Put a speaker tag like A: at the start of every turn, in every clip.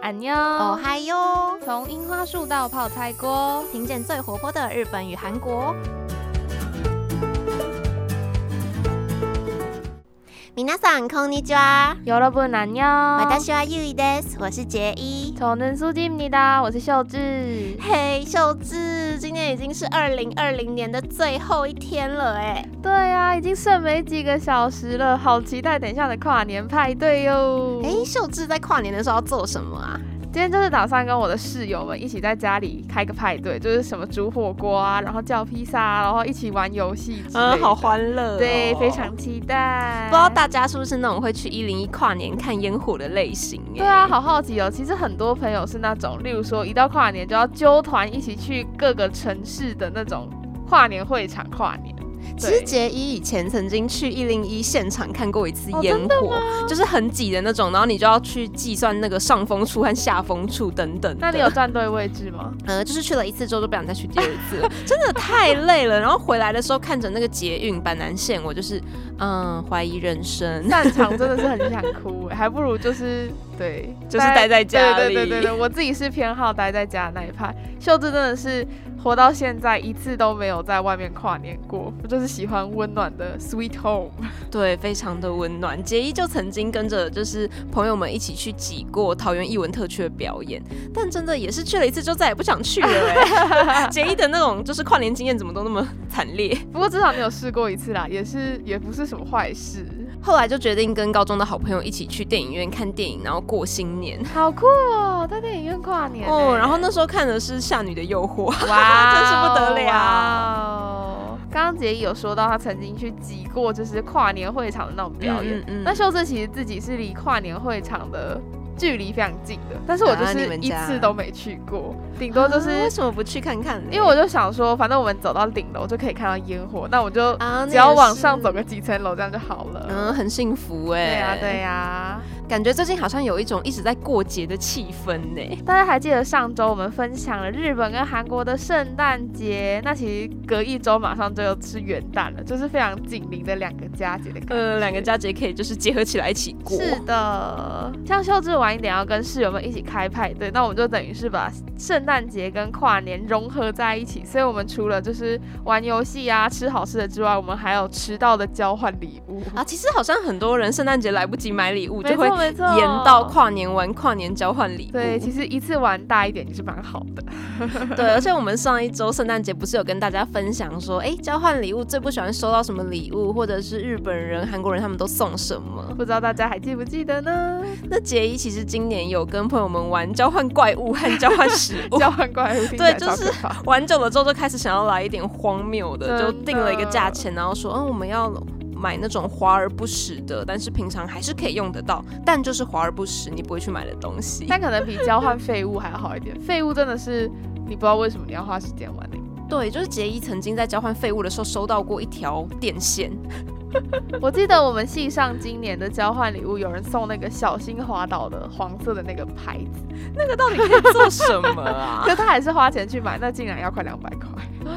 A: 안녕，
B: 哦嗨哟！
A: 从樱花树到泡菜锅，
B: 听见最活泼的日本与韩国。皆さんこんにちは。
A: 여러분안
B: 我的
A: 녕。
B: 是ゆいです，我是杰一。
A: 从能苏吉米达，我是秀智。
B: 嘿，秀智，今天已经是二零二零年的最后一天了，哎，
A: 对啊，已经剩没几个小时了，好期待等一下的跨年派对哟！
B: 哎，秀智在跨年的时候要做什么啊？
A: 今天就是打算跟我的室友们一起在家里开个派对，就是什么煮火锅啊，然后叫披萨、啊，然后一起玩游戏之类的。
B: 啊哦乐
A: 对，非常期待。
B: 不知道大家是不是那种会去一零一跨年看烟火的类型？哎
A: 对啊，，好好奇哦。其实很多朋友是那种，例如说一到跨年就要揪团一起去各个城市的那种跨年会场跨年。
B: 其实
A: 对
B: 杰一以前曾经去一零一现场看过一次
A: 哦
B: 烟
A: 真的
B: 火，就是很挤的那种，然后你就要去计算那个上风处和下风处等等的。
A: 那你 有站对位置吗？
B: 呃，就是去了一次之后就不想再去第二次 了，真的太累了。然后回来的时候看着那个捷运板南线，我就是嗯怀疑人生。
A: 散场真的是很想哭、欸还不如就是对，
B: 就是待在家
A: 对
B: 里
A: 对对对对，我自己是偏好待在家那一派。秀智真的是活到现在一次都没有在外面跨年过，我就是喜欢温暖的 Sweet Home。
B: 对，非常的温暖。杰一就曾经跟着就是朋友们一起去挤过桃园艺文特区的表演，但真的也是去了一次就再也不想去了、 欸。杰一的那种就是跨年经验怎么都那么惨烈。
A: 不过至少你有试过一次啦，也是也不是什么坏事。
B: 后来就决定跟高中的好朋友一起去电影院看电影，然后过新年。
A: 好酷哦，在电影院跨年欸、
B: 哦，然后那时候看的是《夏女的诱惑》。
A: 哇
B: 真是不得了
A: 了！刚刚杰伊有说到，他曾经去挤过就是跨年会场的那种表演。
B: 嗯嗯嗯
A: 那秀智其实自己是离跨年会场的距离非常近的，但是我就
B: 啊你
A: 是
B: 们
A: 一
B: 家
A: 次都没去过，顶多就是、
B: 啊为什么不去看看呢？
A: 因为我就想说，反正我们走到顶楼就可以看到烟火，那我就
B: 啊，那
A: 只要
B: 也
A: 往
B: 是
A: 上走，个几层楼这样就好了。
B: 嗯，很幸福哎、
A: 对呀、对、呀、啊
B: 感觉最近好像有一种一直在过节的气氛呢、
A: 大家还记得上周我们分享了日本跟韩国的圣诞节，那其实隔一周马上就要吃元旦了，就是非常紧邻的两个佳节的感觉。
B: 呃，两个佳节可以就是结合起来一起过。
A: 是的，像秀智晚一点要跟室友们一起开派对，那我们就等于是把圣诞节跟跨年融合在一起，所以我们除了就是玩游戏啊、吃好吃的之外，我们还有迟到的交换礼物。
B: 啊，其实好像很多人圣诞节来不及买礼物，
A: 没
B: 就会
A: 错没错，
B: 延到跨年玩跨年交换礼物。
A: 对，其实一次玩大一点也是蛮好的。
B: 对，而且我们上一周圣诞节不是有跟大家分享说，哎，交换礼物最不喜欢收到什么礼物，或者是日本人、韩国人他们都送什 么？
A: 不知道大家还记不记得呢？
B: 那杰一其实今年有跟朋友们玩交换怪物和交换食 物。
A: 交换怪物听起
B: 对
A: 来
B: 就
A: 超可
B: 是
A: 怕
B: 玩久了之后就开始想要来一点荒谬的，
A: 真
B: 就
A: 的
B: 定了一个价钱，然后说，嗯，我们要买那种华而不实的，但是平常还是可以用得到，但就是华而不实，你不会去买的东 西。
A: 但可能比交换废物还要好一 点。废物真的是你不知道为什么你要花时间玩的。
B: 对，就是杰伊曾经在交换废物的时候收到过一条电线，
A: 我记得我们系上今年的交换礼物，有人送那个小心滑倒的黄色的那个牌 子，
B: 那到底可以 做什么啊？
A: 可他还是花钱去买，那竟然要快两百块，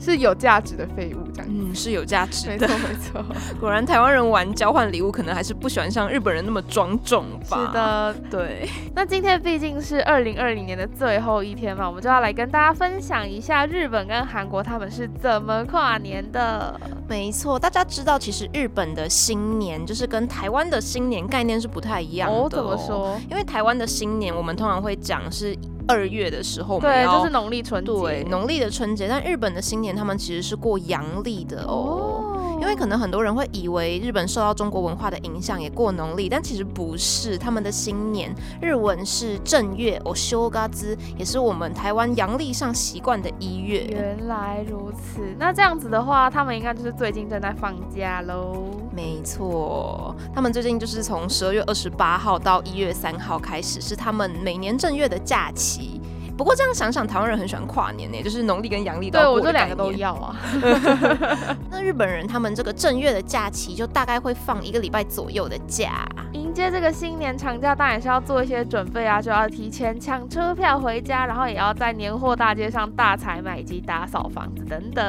A: 是有价值的废物这样。
B: 嗯，是有价值
A: 没
B: 的
A: 错。没错，
B: 果然，台湾人玩交换礼物，可能还是不喜欢像日本人那么庄重吧。
A: 是，的。
B: 对。
A: 那今天毕竟是二零二零年的最后一天嘛，我们就要来跟大家分享一下日本跟韩国他们是怎么跨年的。
B: 没错，大家知道，其实日本的新年就是跟台湾的新年概念是不太一样的、
A: 哦，怎么？说？
B: 因为台湾的新年，我们通常会讲是二月的时候，我们
A: 对，
B: 要
A: 就是农历春节。
B: 对农历的春节，但日本的新年他们其实是过阳历的哦。
A: 哦，
B: 因为可能很多人会以为日本受到中国文化的影响，也过农历，但其实不是。他们的新年日文是正月，哦，修嘎兹，也是我们台湾阳历上习惯的一月。
A: 原来如此，那这样子的话，他们应该就是最近正在放假 喽。
B: 没错，他们最近就是从十二月二十八号到一月三号开始，是他们每年正月的假期。不过这样想想，台湾人很喜欢跨年呢，就是农历跟阳历都
A: 对，
B: 要
A: 我
B: 过
A: 就
B: 的概
A: 两
B: 念
A: 个都要啊。
B: 那日本人他们这个正月的假期就大概会放一个礼拜左右的假。
A: 因迎接这个新年长假，当然是要做一些准备啊，就要提前抢车票回家，然后也要在年货大街上大采买以及打扫房子等等。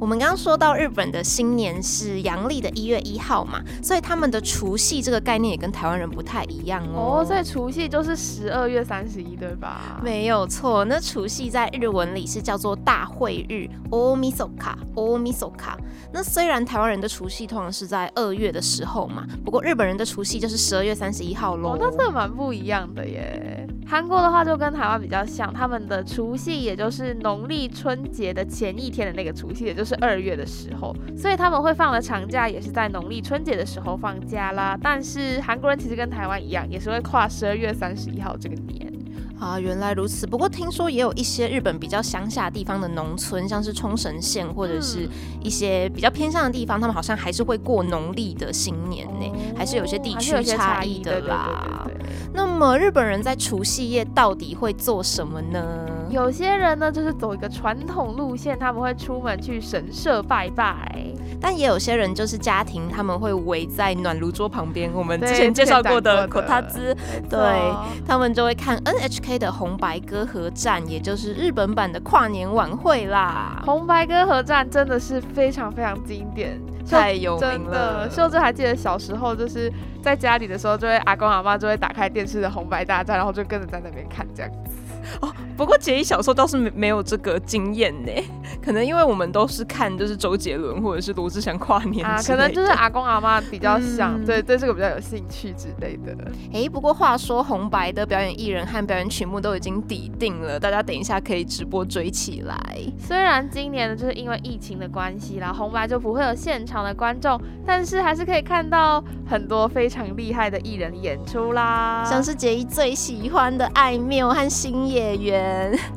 B: 我们刚刚说到日本的新年是阳历的一月一号嘛，所以他们的除夕这个概念也跟台湾人不太一样哦。
A: 哦，所以除夕就是十二月三十一，对吧？
B: 没有错，那除夕在日文里是叫做大会日 o m i s o k a o m i s o k a 那虽然台湾人的除夕通常是在二月的时候嘛，不过日本人的除夕就是十二月三十一号喽。
A: 哦，那这蛮不一样的耶。韩国的话就跟台湾比较像，他们的除夕也就是农历春节的前一天的那个除夕，也就是二月的时候，所以他们会放的长假也是在农历春节的时候放假啦。但是韩国人其实跟台湾一样，也是会跨十二月三十一号这个年。
B: 啊，原来如此。不过听说也有一些日本比较乡下地方的农村，像是冲绳县或者是
A: 嗯
B: 一些比较偏向的地方，他们好像还是会过农历的新年呢、
A: 哦
B: 还是有些地
A: 还是
B: 区
A: 有些
B: 差
A: 差
B: 异
A: 异
B: 的
A: 对
B: 啦。
A: 对对对对对
B: 那么日本人在除夕夜到底会做什么呢？
A: 有些人呢，就是走一个传统路线，他们会出门去神社拜拜。
B: 但也有些人就是家庭，他们会围在暖炉桌旁边，我们
A: 对
B: 之前介绍过的
A: 之前讲
B: 口
A: 过的
B: 塔兹，对，他们就会看 NHK 的红白歌合战，也就是日本版的跨年晚会啦，
A: 红白歌合战真的是非常非常经典。秀
B: 太有名
A: 真
B: 了
A: 的，。秀智还记得小时候，就是在家里的时候，就会阿公阿妈就会打开电视的红白大战，然后就跟着在那边看这样。
B: 不过杰一小时候倒是没没有这个经验呢，可能因为我们都是看就是周杰伦或者是罗志祥跨年
A: 啊，
B: 之
A: 可
B: 类的
A: 能就是阿公阿妈比较想、
B: 嗯
A: 对对这个比较有兴趣之类的。
B: 诶，不过话说红白的表演艺人和表演曲目都已经抵定了，大家等一下可以直播追起来。
A: 虽然今年呢，就是因为疫情的关系啦，红白就不会有现场的观众，但是还是可以看到很多非常厉害的艺人演出啦。
B: 像是杰一最喜欢的艾缪和新演 员，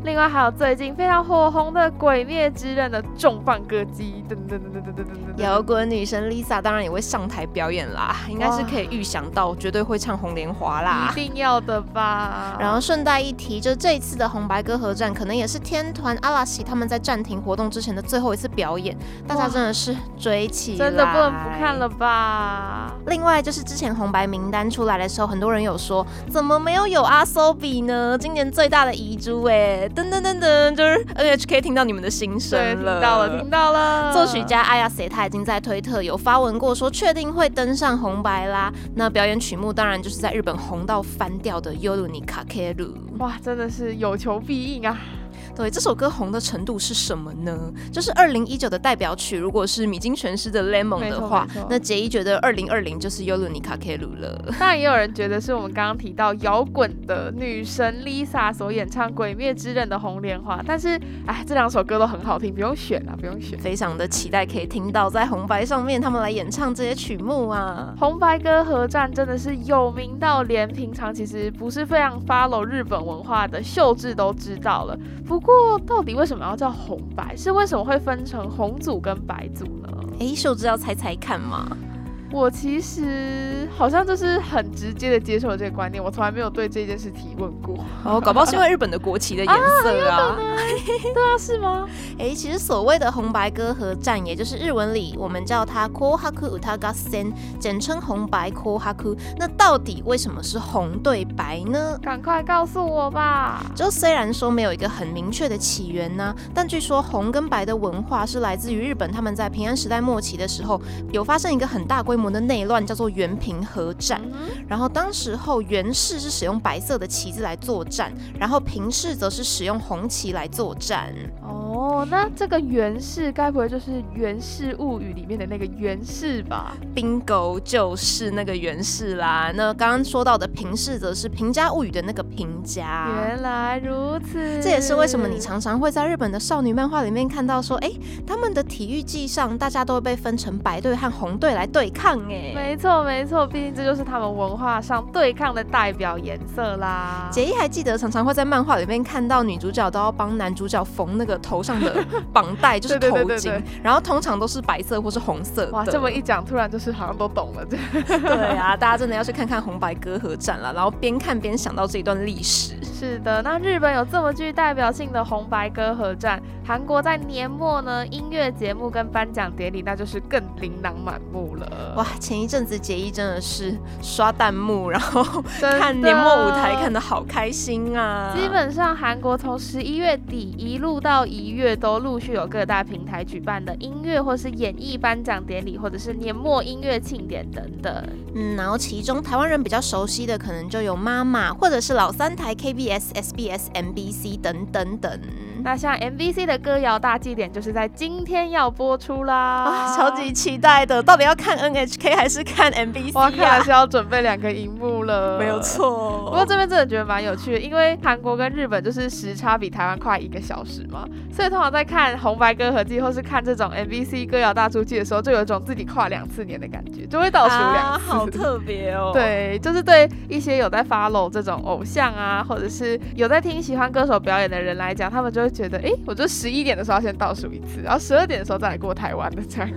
A: 另外还有最近非常火红的《鬼灭之刃》的重磅歌姬，噔噔噔噔噔噔噔噔。
B: 摇滚女神 Lisa 当然也会上台表演啦，应该是可以预想到，绝对会唱《红莲华》啦
A: 一。定要的吧。
B: 然后顺带一提，就这一次的红白歌合战，可能也是天团阿拉西他们在暂停活动之前的最后一次表演，大家
A: 哇
B: 真的是追起
A: 真的不能不
B: 来
A: 看了吧？
B: 另外就是之前红白名单出来的时候，很多人有说怎么没有有阿 s o b 呢？今年最大的遗珠哎，噔噔噔噔，就是 NHK 听到你们的心声
A: 对，听到了，听到了。
B: 作曲家艾亚塞他已经在推特有发文过，说确定会登上红白啦。那表演曲目当然就是在日本红到翻掉的《y o r u n i k a k e r u
A: 哇，真的是有求必应啊！
B: 对，这首歌红的程度是什么呢？就是二零一九的代表曲，如果是米津玄师的《Lemon》
A: 没错
B: 的话
A: 没错，
B: 那杰一觉得二零二零就是《y o r u n i k a k e r u 了。
A: 当然也有人觉得是我们刚刚提到摇滚的女神 Lisa 所演唱《鬼灭之刃》的《红莲华》，但是哎，这两首歌都很好听，不用选啊了，不用选。
B: 非常的期待可以听到在红白上面他们来演唱这些曲目啊。
A: 红白歌合战真的是有名到连平常其实不是非常 follow 日本文化的秀智都知道了。不过到底为什么要叫红白？是为什么会分成红组跟白组呢？
B: 哎，秀智要猜猜看嘛？
A: 我其实好像就是很直接的接受了这个观念，我从来没有对这件事提问过。啊
B: 哦，搞不好是因为日本的国旗的颜色啊。
A: 那是吗？
B: 哎、其实所谓的红白歌合战，也就是日文里我们叫它 “kohaku utagasen”，简称红白 “kohaku”。那到底为什么是红对白呢？
A: 赶快告诉我吧！
B: 就虽然说没有一个很明确的起源呢、但据说红跟白的文化是来自于日本，他们在平安时代末期的时候有发生一个很大规模的内乱，叫做源平合战。
A: 嗯
B: 然后当时候源氏是使用白色的旗子来作战，然后平氏则是使用红旗来作战。
A: 哦，那这个源氏该不会就是《源氏物语》里面的那个源氏吧？
B: bingo 就是那个源氏啦。那刚刚说到的平氏则是平家物语的那个平家。
A: 原来如此，
B: 啊这也是为什么你常常会在日本的少女漫画里面看到说，哎，他们的体育季上，大家都会被分成白队和红队来对抗，哎。
A: 没错没错，毕竟这就是他们文化上对抗的代表颜色啦。
B: 杰一还记得，常常会在漫画里面看到女主角都要帮男主角缝那个头上的绑 带，就是
A: 对
B: 头
A: 对对对
B: 巾
A: 对，
B: 然后通常都是白色或是红色
A: 哇，
B: 的。
A: 这么一讲，突然就是好像都懂了，对，
B: 对啊，大家真的要去看看红白歌合战了，然后边看边想到这一段历史。
A: 是的，那日本有这么具代表性的红白歌合战，韩国在年末呢音乐节目跟颁奖典礼，那就是更琳琅满目了。
B: 哇，，前一阵子杰一真的是刷弹幕，然后
A: 真的
B: 看年末舞台看。的好开心啊！
A: 基本上，韩国从十一月底一路到一月，都陆续有各大平台举办的音乐或是演艺颁奖典礼，或者是年末音乐庆典等等。
B: 嗯，然后其中台湾人比较熟悉的，可能就有妈妈，或者是老三台 KBS、SBS、MBC 等等等。
A: 那像 MVC 的歌谣大祭典，就是在今天要播出啦！
B: 啊，超级期待的，到底要看 NHK 还是看 MBC
A: 哇，看
B: 呀、
A: 来是要准备两个荧幕了，
B: 啊没有。错。
A: 呃不过这边真的觉得蛮有趣的，因为韩国跟日本就是时差比台湾快一个小时嘛，所以通常在看红白歌合季或是看这种 MVC 歌谣大出季的时候，就有一种自己跨两次年的感觉，就会倒数两
B: 啊，
A: 次。
B: 好特别哦。。
A: 对，就是对一些有在 follow 这种偶像啊，或者是有在听喜欢歌手表演的人来讲，他们就会觉得，诶，我就十一点的时候要先倒数一次，然后十二点的时候再来过台湾的这样。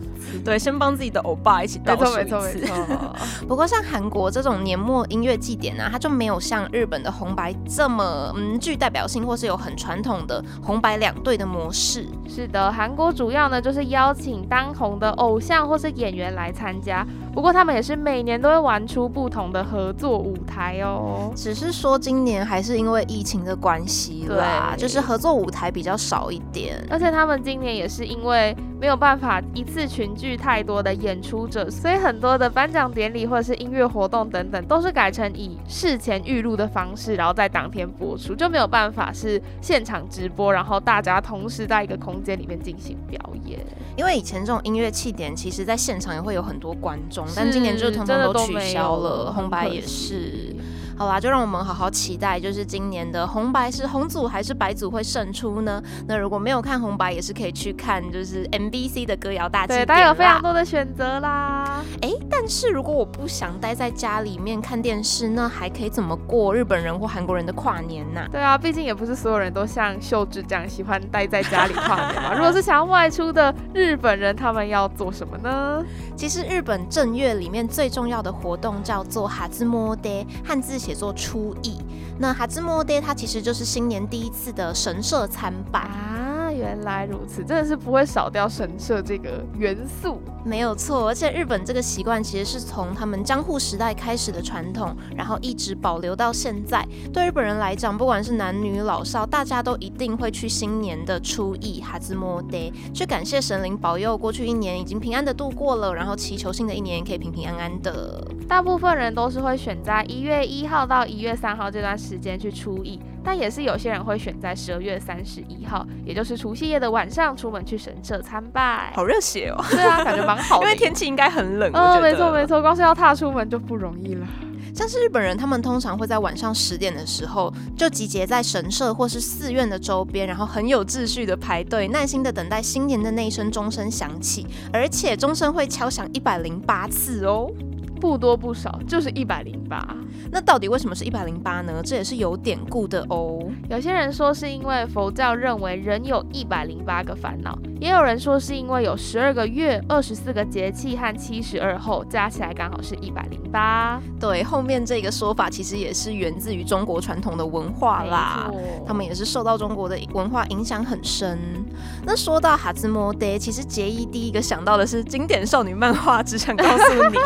B: 对，先帮自己的欧巴一起倒
A: 没错，
B: 数
A: 没
B: 一
A: 错，没
B: 次。
A: 错。
B: 不过像韩国这种年末音乐祭典呢、啊它就没有像日本的红白这么嗯具代表性，或是有很传统的红白两队的模式。
A: 是的，韩国主要呢就是邀请当红的偶像或是演员来参加，不过他们也是每年都会玩出不同的合作舞台哦。
B: 只是说今年还是因为疫情的关系啦，
A: 对
B: 就是合作舞台比较少一点。
A: 而且他们今年也是因为没有办法一次群聚太多的演出者，所以很多的颁奖典礼或者是音乐活动等等，都是改成以事前预录的方式，然后在当天播出，就没有办法是现场直播，然后大家同时在一个空间里面进行表演。
B: 因为以前这种音乐庆典，其实在现场也会有很多观众
A: 是，
B: 但今年就通
A: 真的
B: 通
A: 都
B: 取
A: 没
B: 消
A: 有
B: 了，
A: 了
B: 红白
A: 很可
B: 也是
A: 惜。
B: 好啦，就让我们好好期待，就是今年的红白是红组还是白组会胜出呢？那如果没有看红白，也是可以去看就是 MBC 的歌谣大祭
A: 对，
B: 典
A: 大家有非常
B: 啦。
A: 多的选择啦。
B: 但是如果我不想待在家里面看电视，那还可以怎么过日本人或韩国人的跨年呐、
A: 对啊，毕竟也不是所有人都像秀智这样喜欢待在家里跨年嘛。如果是想要外出的日本人，他们要做什么呢？
B: 其实日本正月里面最重要的活动叫做哈兹摩 day，汉字写作初一。那哈兹摩 day 它其实就是新年第一次的神社参拜，
A: 啊，原来如此，真的是不会少掉神社这个元素。
B: 没有错。而且日本这个习惯其实是从他们江户时代开始的传统，然后一直保留到现在。对日本人来讲，不管是男女老少，大家都一定会去新年的初一哈兹摩 day 去感谢神灵保佑过去一年已经平安的度过了，然后祈求新的一年可以平平安安的。
A: 大部分人都是会选在一月一号到一月三号这段时间去出役，但也是有些人会选在十二月三十一号，也就是除夕夜的晚上出门去神社参拜。
B: 好热血哦！
A: 对啊，感觉蛮好的。
B: 因为天气应该很冷。我
A: 嗯，
B: 觉
A: 没
B: 得
A: 错没。错，光是要踏出门就不容易了。
B: 像是日本人，他们通常会在晚上十点的时候就集结在神社或是寺院的周边，然后很有秩序的排队，耐心的等待新年的那一声钟声响起，而且钟声会敲响一百零八次哦。
A: 不多不少，就是一百零八。
B: 那到底为什么是一百零八呢？这也是有典故的哦。
A: 有些人说是因为佛教认为人有一百零八个烦恼，也有人说是因为有十二个月、二十四个节气和七十二候，加起来刚好是一百零八。
B: 对，后面这个说法其实也是源自于中国传统的文化啦。
A: 没错
B: 他们也是受到中国的文化影响很深。那说到哈兹摩爹，其实杰伊第一个想到的是经典少女漫画《只想告诉 你》，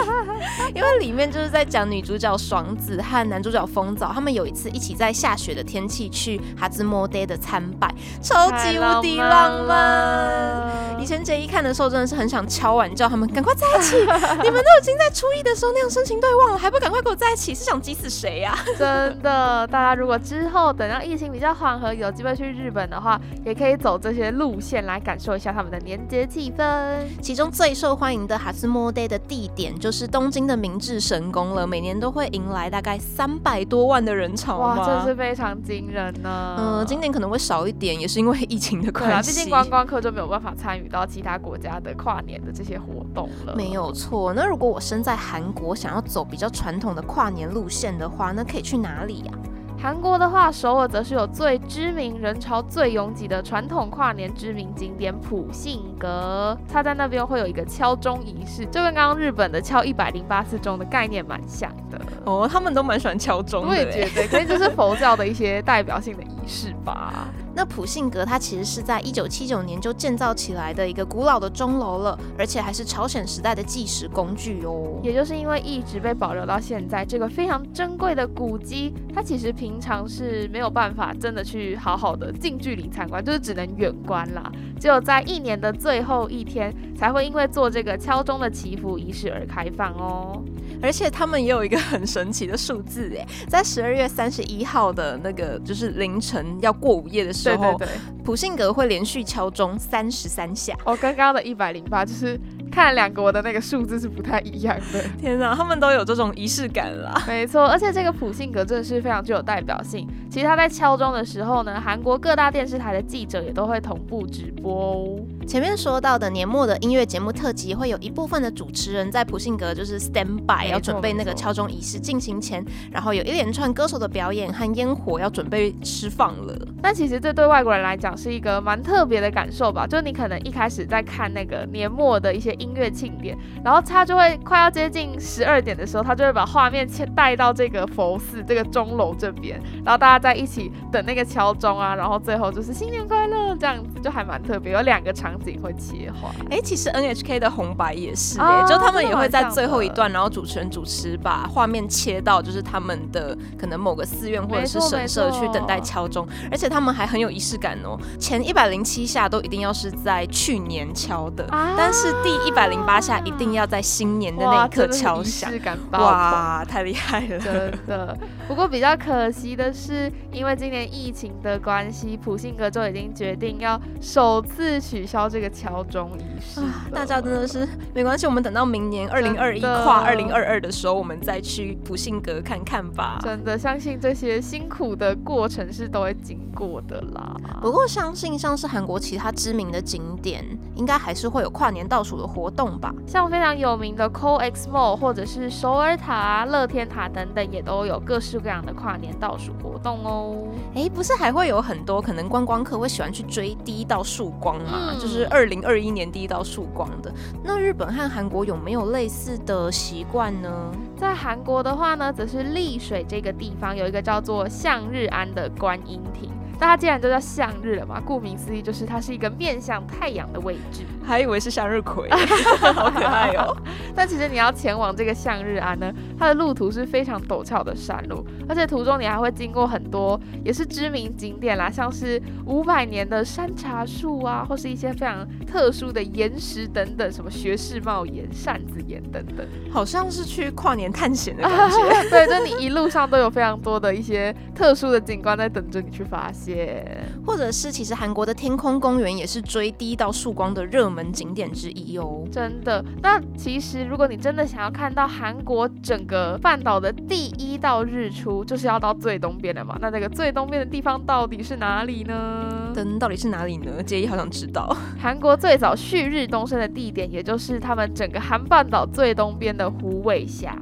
B: 因为里面就是在讲女主角爽子和男主角风早，他们有一次一起在下雪的天气去哈兹摩爹的参拜，超级无敌浪漫。以前杰伊看的时候真的是很想敲碗叫他们赶快在 一起，你们都已经在初一的时候那样深情对望了，还不赶快跟我在一起，是想急死谁啊呀、
A: 真的，大家如果之后等到疫情比较缓和，有机会去日本的话，也可以走这些路线来感受一下他们的年节气氛。
B: 其中最受欢迎的哈斯莫 day 的地点就是东京的明治神宫了，每年都会迎来大概三百多万的人潮
A: 哇，
B: 嘛
A: 真是非常惊人呢。
B: 嗯、今年可能会少一点，也是因为疫情的
A: 对啊，
B: 关
A: 毕
B: 系。
A: 竟观光客就没有办法参与到其他国家的跨年的这些活动了。
B: 没有错。那如果我身在韩国，想要走比较传统的跨年路线的话，那可以去哪里呀、
A: 韩国的话，首尔则是有最知名、人潮最拥挤的传统跨年知名景点普信阁，它在那边会有一个敲钟仪式，就跟刚刚日本的敲一百零八次钟的概念蛮像的。
B: 哦，他们都蛮喜欢敲钟的
A: 我也
B: 欸。
A: 觉得，可以就是佛教的一些代表性的仪式吧。
C: 那普信阁它其实是在一九七九年就建造起来的一个古老的钟楼了，而且还是朝鲜时代的计时工具哦。
A: 也就是因为一直被保留到现在，这个非常珍贵的古迹，它其实平常是没有办法真的去好好的近距离参观，就是只能远观啦。只有在一年的最后一天，才会因为做这个敲钟的祈福仪式而开放哦。
B: 而且他们也有一个很神奇的数 字，哎，在十二月三十一号的那个就是凌晨要过午夜的时
A: 对
B: 候，
A: 对对，
B: 普信阁会连续敲钟三十三下。
A: 我、跟刚刚的一百零八就是看两国的那个数字是不太一样 的。
B: 天哪，他们都有这种仪式感啦！
A: 没错，而且这个普信阁真的是非常具有代表性。其实它在敲钟的时候呢，韩国各大电视台的记者也都会同步直播哦。
C: 前面说到的年末的音乐节目特辑，会有一部分的主持人在普信阁就是 stand
A: 没
C: by，
A: 错
C: 要准备那个
A: 没错
C: 敲钟仪式进行前，然后有一连串歌手的表演和烟火要准备释放了。
A: 那其实这对外国人来讲是一个蛮特别的感受吧，就你可能一开始在看那个年末的一些音乐庆典，然后他就会快要接近十二点的时候，他就会把画面切带到这个佛寺这个钟楼这边，然后大家在一起等那个敲钟啊，然后最后就是新年快乐这样子，就还蛮特别，有两个场景会切换。
B: 哎、其实 NHK 的红白也是、欸，
A: 啊
B: 就他们
A: 真的
B: 也会在
A: 蛮像
B: 最后一
A: 的
B: 段，然后主持人主持把画面切到就是他们的可能某个寺院或者是
A: 没错
B: 神社
A: 没错
B: 去等待敲钟，而且他们还很有仪式感哦，前一百零七下都一定要是在去年敲的，
A: 啊
B: 但是第一百零八下一定要在新年的那
A: 哇
B: 一刻
A: 真的是
B: 敲
A: 仪
B: 响
A: 式，感爆棚。
B: 哇，太厉害了！
A: 真的。不过比较可惜的是，因为今年疫情的关系，普信阁就已经决定要首次取消这个敲钟仪式
B: 啊，
A: 了
B: 大家真的是没关系，我们等到明年二
A: 真
B: 零
A: 的
B: 二一跨二零二二的时候，我们再去普信阁看看吧。
A: 真的相信这些辛苦的过程是都会经过的啦。
B: 啊
C: 不过，相信像是韩国其他知名的景点，应该还是会有跨年倒数的活动吧。
A: 像非常有名的 COEX Mall 或者是首尔塔、乐天塔等等，也都有各式各样的跨年倒数活动哦。
B: 哎，不是还会有很多可能观光客会喜欢去追第一道曙光嘛？
A: 嗯
B: 就是二零二一年第一道曙光的。
C: 那日本和韩国有没有类似的习惯呢？
A: 在韩国的话呢，则是丽水这个地方有一个叫做向日安的观音亭。那它既然都叫向日了嘛，顾名思义就是它是一个面向太阳的位置。
B: 还以为是向 日葵，好可爱哦！
A: 但其实你要前往这个向日安呢，它的路途是非常陡峭的山路，而且途中你还会经过很多也是知名景点啦，像是五百年的山茶树啊，或是一些非常特殊的岩石等等，什么学士帽岩、扇子岩等等。
B: 好像是去跨年探险的 感觉。
A: 对，就你一路上都有非常多的一些特殊的景观在等着你去发现。
C: 或者是其实韩国的天空公园也是追第一道曙光的热门景点之一哦。
A: 真的，那其实如果你真的想要看到韩国整个半岛的第一道日出，就是要到最东边了嘛。那那个最东边的地方到底是哪里呢？
B: 灯到底是哪里呢？杰一好想知道。
A: 韩国最早旭日东升的地点，也就是他们整个韩半岛最东边的虎尾峡。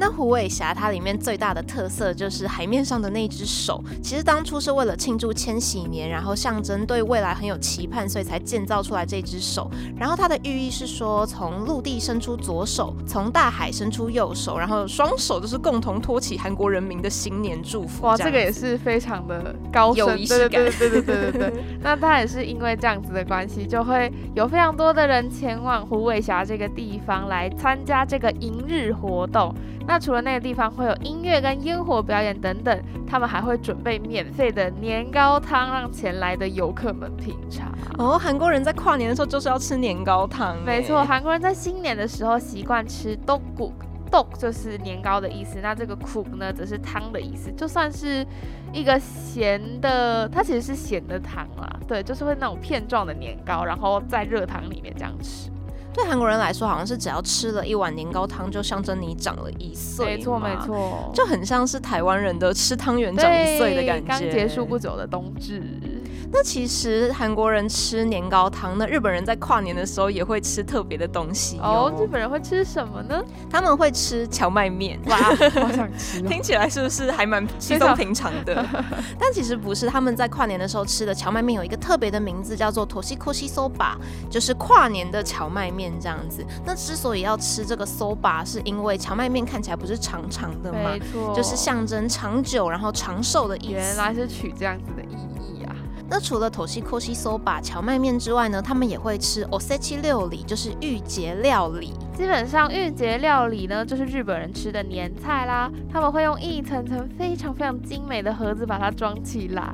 C: 那虎尾峡它里面最大的特色就是海面上的那只手，其实当初是为了庆祝千禧年，然后象征对未来很有期盼，所以才建造出来这只手。然后它的寓意是说，从陆地伸出左手，从大海伸出右手，然后
B: 双手就是共同托起韩国人民的新年祝福。
A: 哇，
B: 这
A: 这
B: 样
A: 个也是非常的高深，
B: 有仪式感
A: 对对对对对对对 对。那它也是因为这样子的关系，就会有非常多的人前往虎尾峡这个地方来参加这个迎日活动。那除了那个地方会有音乐跟烟火表演等等，他们还会准备免费的年糕汤让前来的游客们品尝。
B: 哦，韩国人在跨年的时候就是要吃年糕汤欸。
A: 没错，韩国人在新年的时候习惯吃豆谷。豆就是年糕的意思，那这个苦呢，则是汤的意思，就算是一个咸的，它其实是咸的汤啦，对，就是会那种片状的年糕，然后在热汤里面这样吃。
C: 对韩国人来说好像是只要吃了一碗年糕汤，就象征你长了一岁。
A: 没错，没。错，
B: 就很像是台湾人的吃汤圆长
A: 对
B: 一岁的感觉。
A: 刚结束不久的冬至，
D: 那其实韩国人吃年糕汤，那日本人在跨年的时候也会吃特别的东西
A: 哦
D: 哦，
A: 日本人会吃什么呢？
D: 他们会吃荞麦面。
A: 哇， 好想吃哦！
D: 听起来是不是还蛮稀松平常的？
B: 但其实不是，他们在跨年的时候吃的荞麦面有一个特别的名字，叫做 t o s h i k o s h i soba，就是跨年的荞麦面这样子。那之所以要吃这个 soba，是因为荞麦面看起来不是长长的吗
A: 没？错，
B: 就是象征长久，然后长寿的意
A: 原
B: 思。
A: 来是取这样子的意义啊！
B: 那除了 t o s h i k o s h i soba 荞麦面之外呢，他们也会吃 osechi 料理，就是御节料理。
A: 基本上御节料理呢，就是日本人吃的年菜啦，他们会用一层层非常非常精美的盒子把它装起来。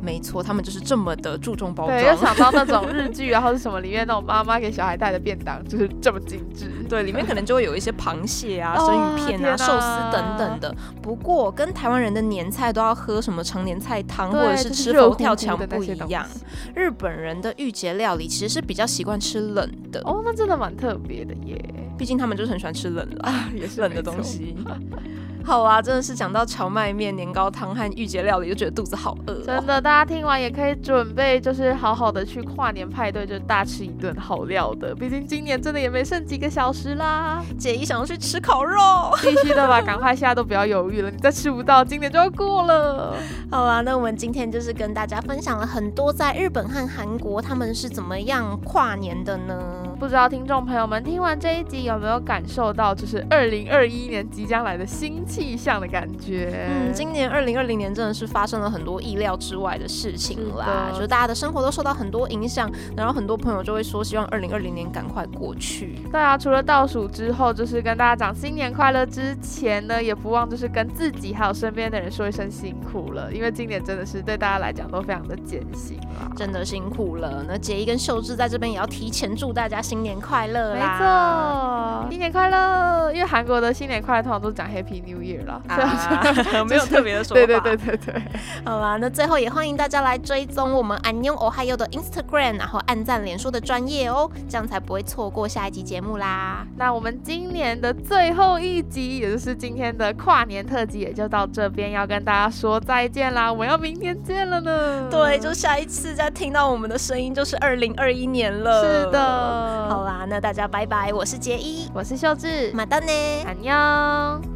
B: 没错，他们就是这么的注重包
A: 对，又
B: 装。
A: 想到那种日剧啊，或是什么里面那种妈妈给小孩带的便当，就是这么精 致。
D: 对，里面可能就会有一些螃蟹 啊、
A: 哦
D: 生鱼片啊、
A: 天哪
D: 寿司等等的。
B: 不过跟台湾人的年菜都要喝什么常年菜汤，或
A: 对，
B: 者
A: 就是
B: 吃
A: 热
B: 佛
A: 乎
B: 跳
A: 乎
B: 墙
A: 的那
B: 不
A: 些
B: 一
A: 东
B: 样。
A: 西
B: 日本人的御节料理其实是比较习惯吃冷的，
A: 哦，那真的蛮特别的耶，
D: 毕竟他们就是很喜欢吃冷的啊、
A: 也是
D: 冷
A: 没
D: 的东
A: 错。
D: 西。 好啊，真的是讲到荞麦面、年糕汤和御节料理，就觉得肚子好饿、哦
A: 真。的，大家听完也可以准备，就是好好的去跨年派对，就大吃一顿好料的。毕竟今年真的也没剩几个小时啦，
D: 姐一想要去吃烤肉。
A: 必须的吧，赶快现在都不要犹豫了，你再吃不到，今年就要过了。
B: 好啊，那我们今天就是跟大家分享了很多在日本和韩国他们是怎么样跨年的呢？
A: 不知道听众朋友们听完这一集有没有感受到，就是二零二一年即将来的新气象的感觉？
B: 嗯，今年二零二零年真的是发生了很多意料之外的事情啦，
A: 是的
B: 就是大家的生活都受到很多影响，然后很多朋友就会说希望二零二零年赶快过去。
A: 对啊，除了倒数之后，就是跟大家讲新年快乐之前呢，也不忘就是跟自己还有身边的人说一声辛苦了，因为今年真的是对大家来讲都非常的艰辛啦。
B: 真的辛苦了，那杰一跟秀智在这边也要提前祝大家新年快乐
A: 没
B: 啦！
A: 错，新年快乐！因为韩国的新年快乐通常都讲 Happy New Year 啦，所以
D: 啊，没有特别的说法。
A: 对对对对对。
B: 好啦，那最后也欢迎大家来追踪我们安妞 Ohio 的 Instagram，然后按赞脸书的专业哦，这样才不会错过下一集节目啦。
A: 那我们今年的最后一集，也就是今天的跨年特辑，也就到这边，要跟大家说再见啦！我们要明天见了呢。
D: 对，就下一次再听到我们的声音就是二零二一年了。
A: 是的。。
B: 好啦，那大家拜拜，我是杰一，
A: 我是秀智，
B: 马丹呢。
A: 安妞。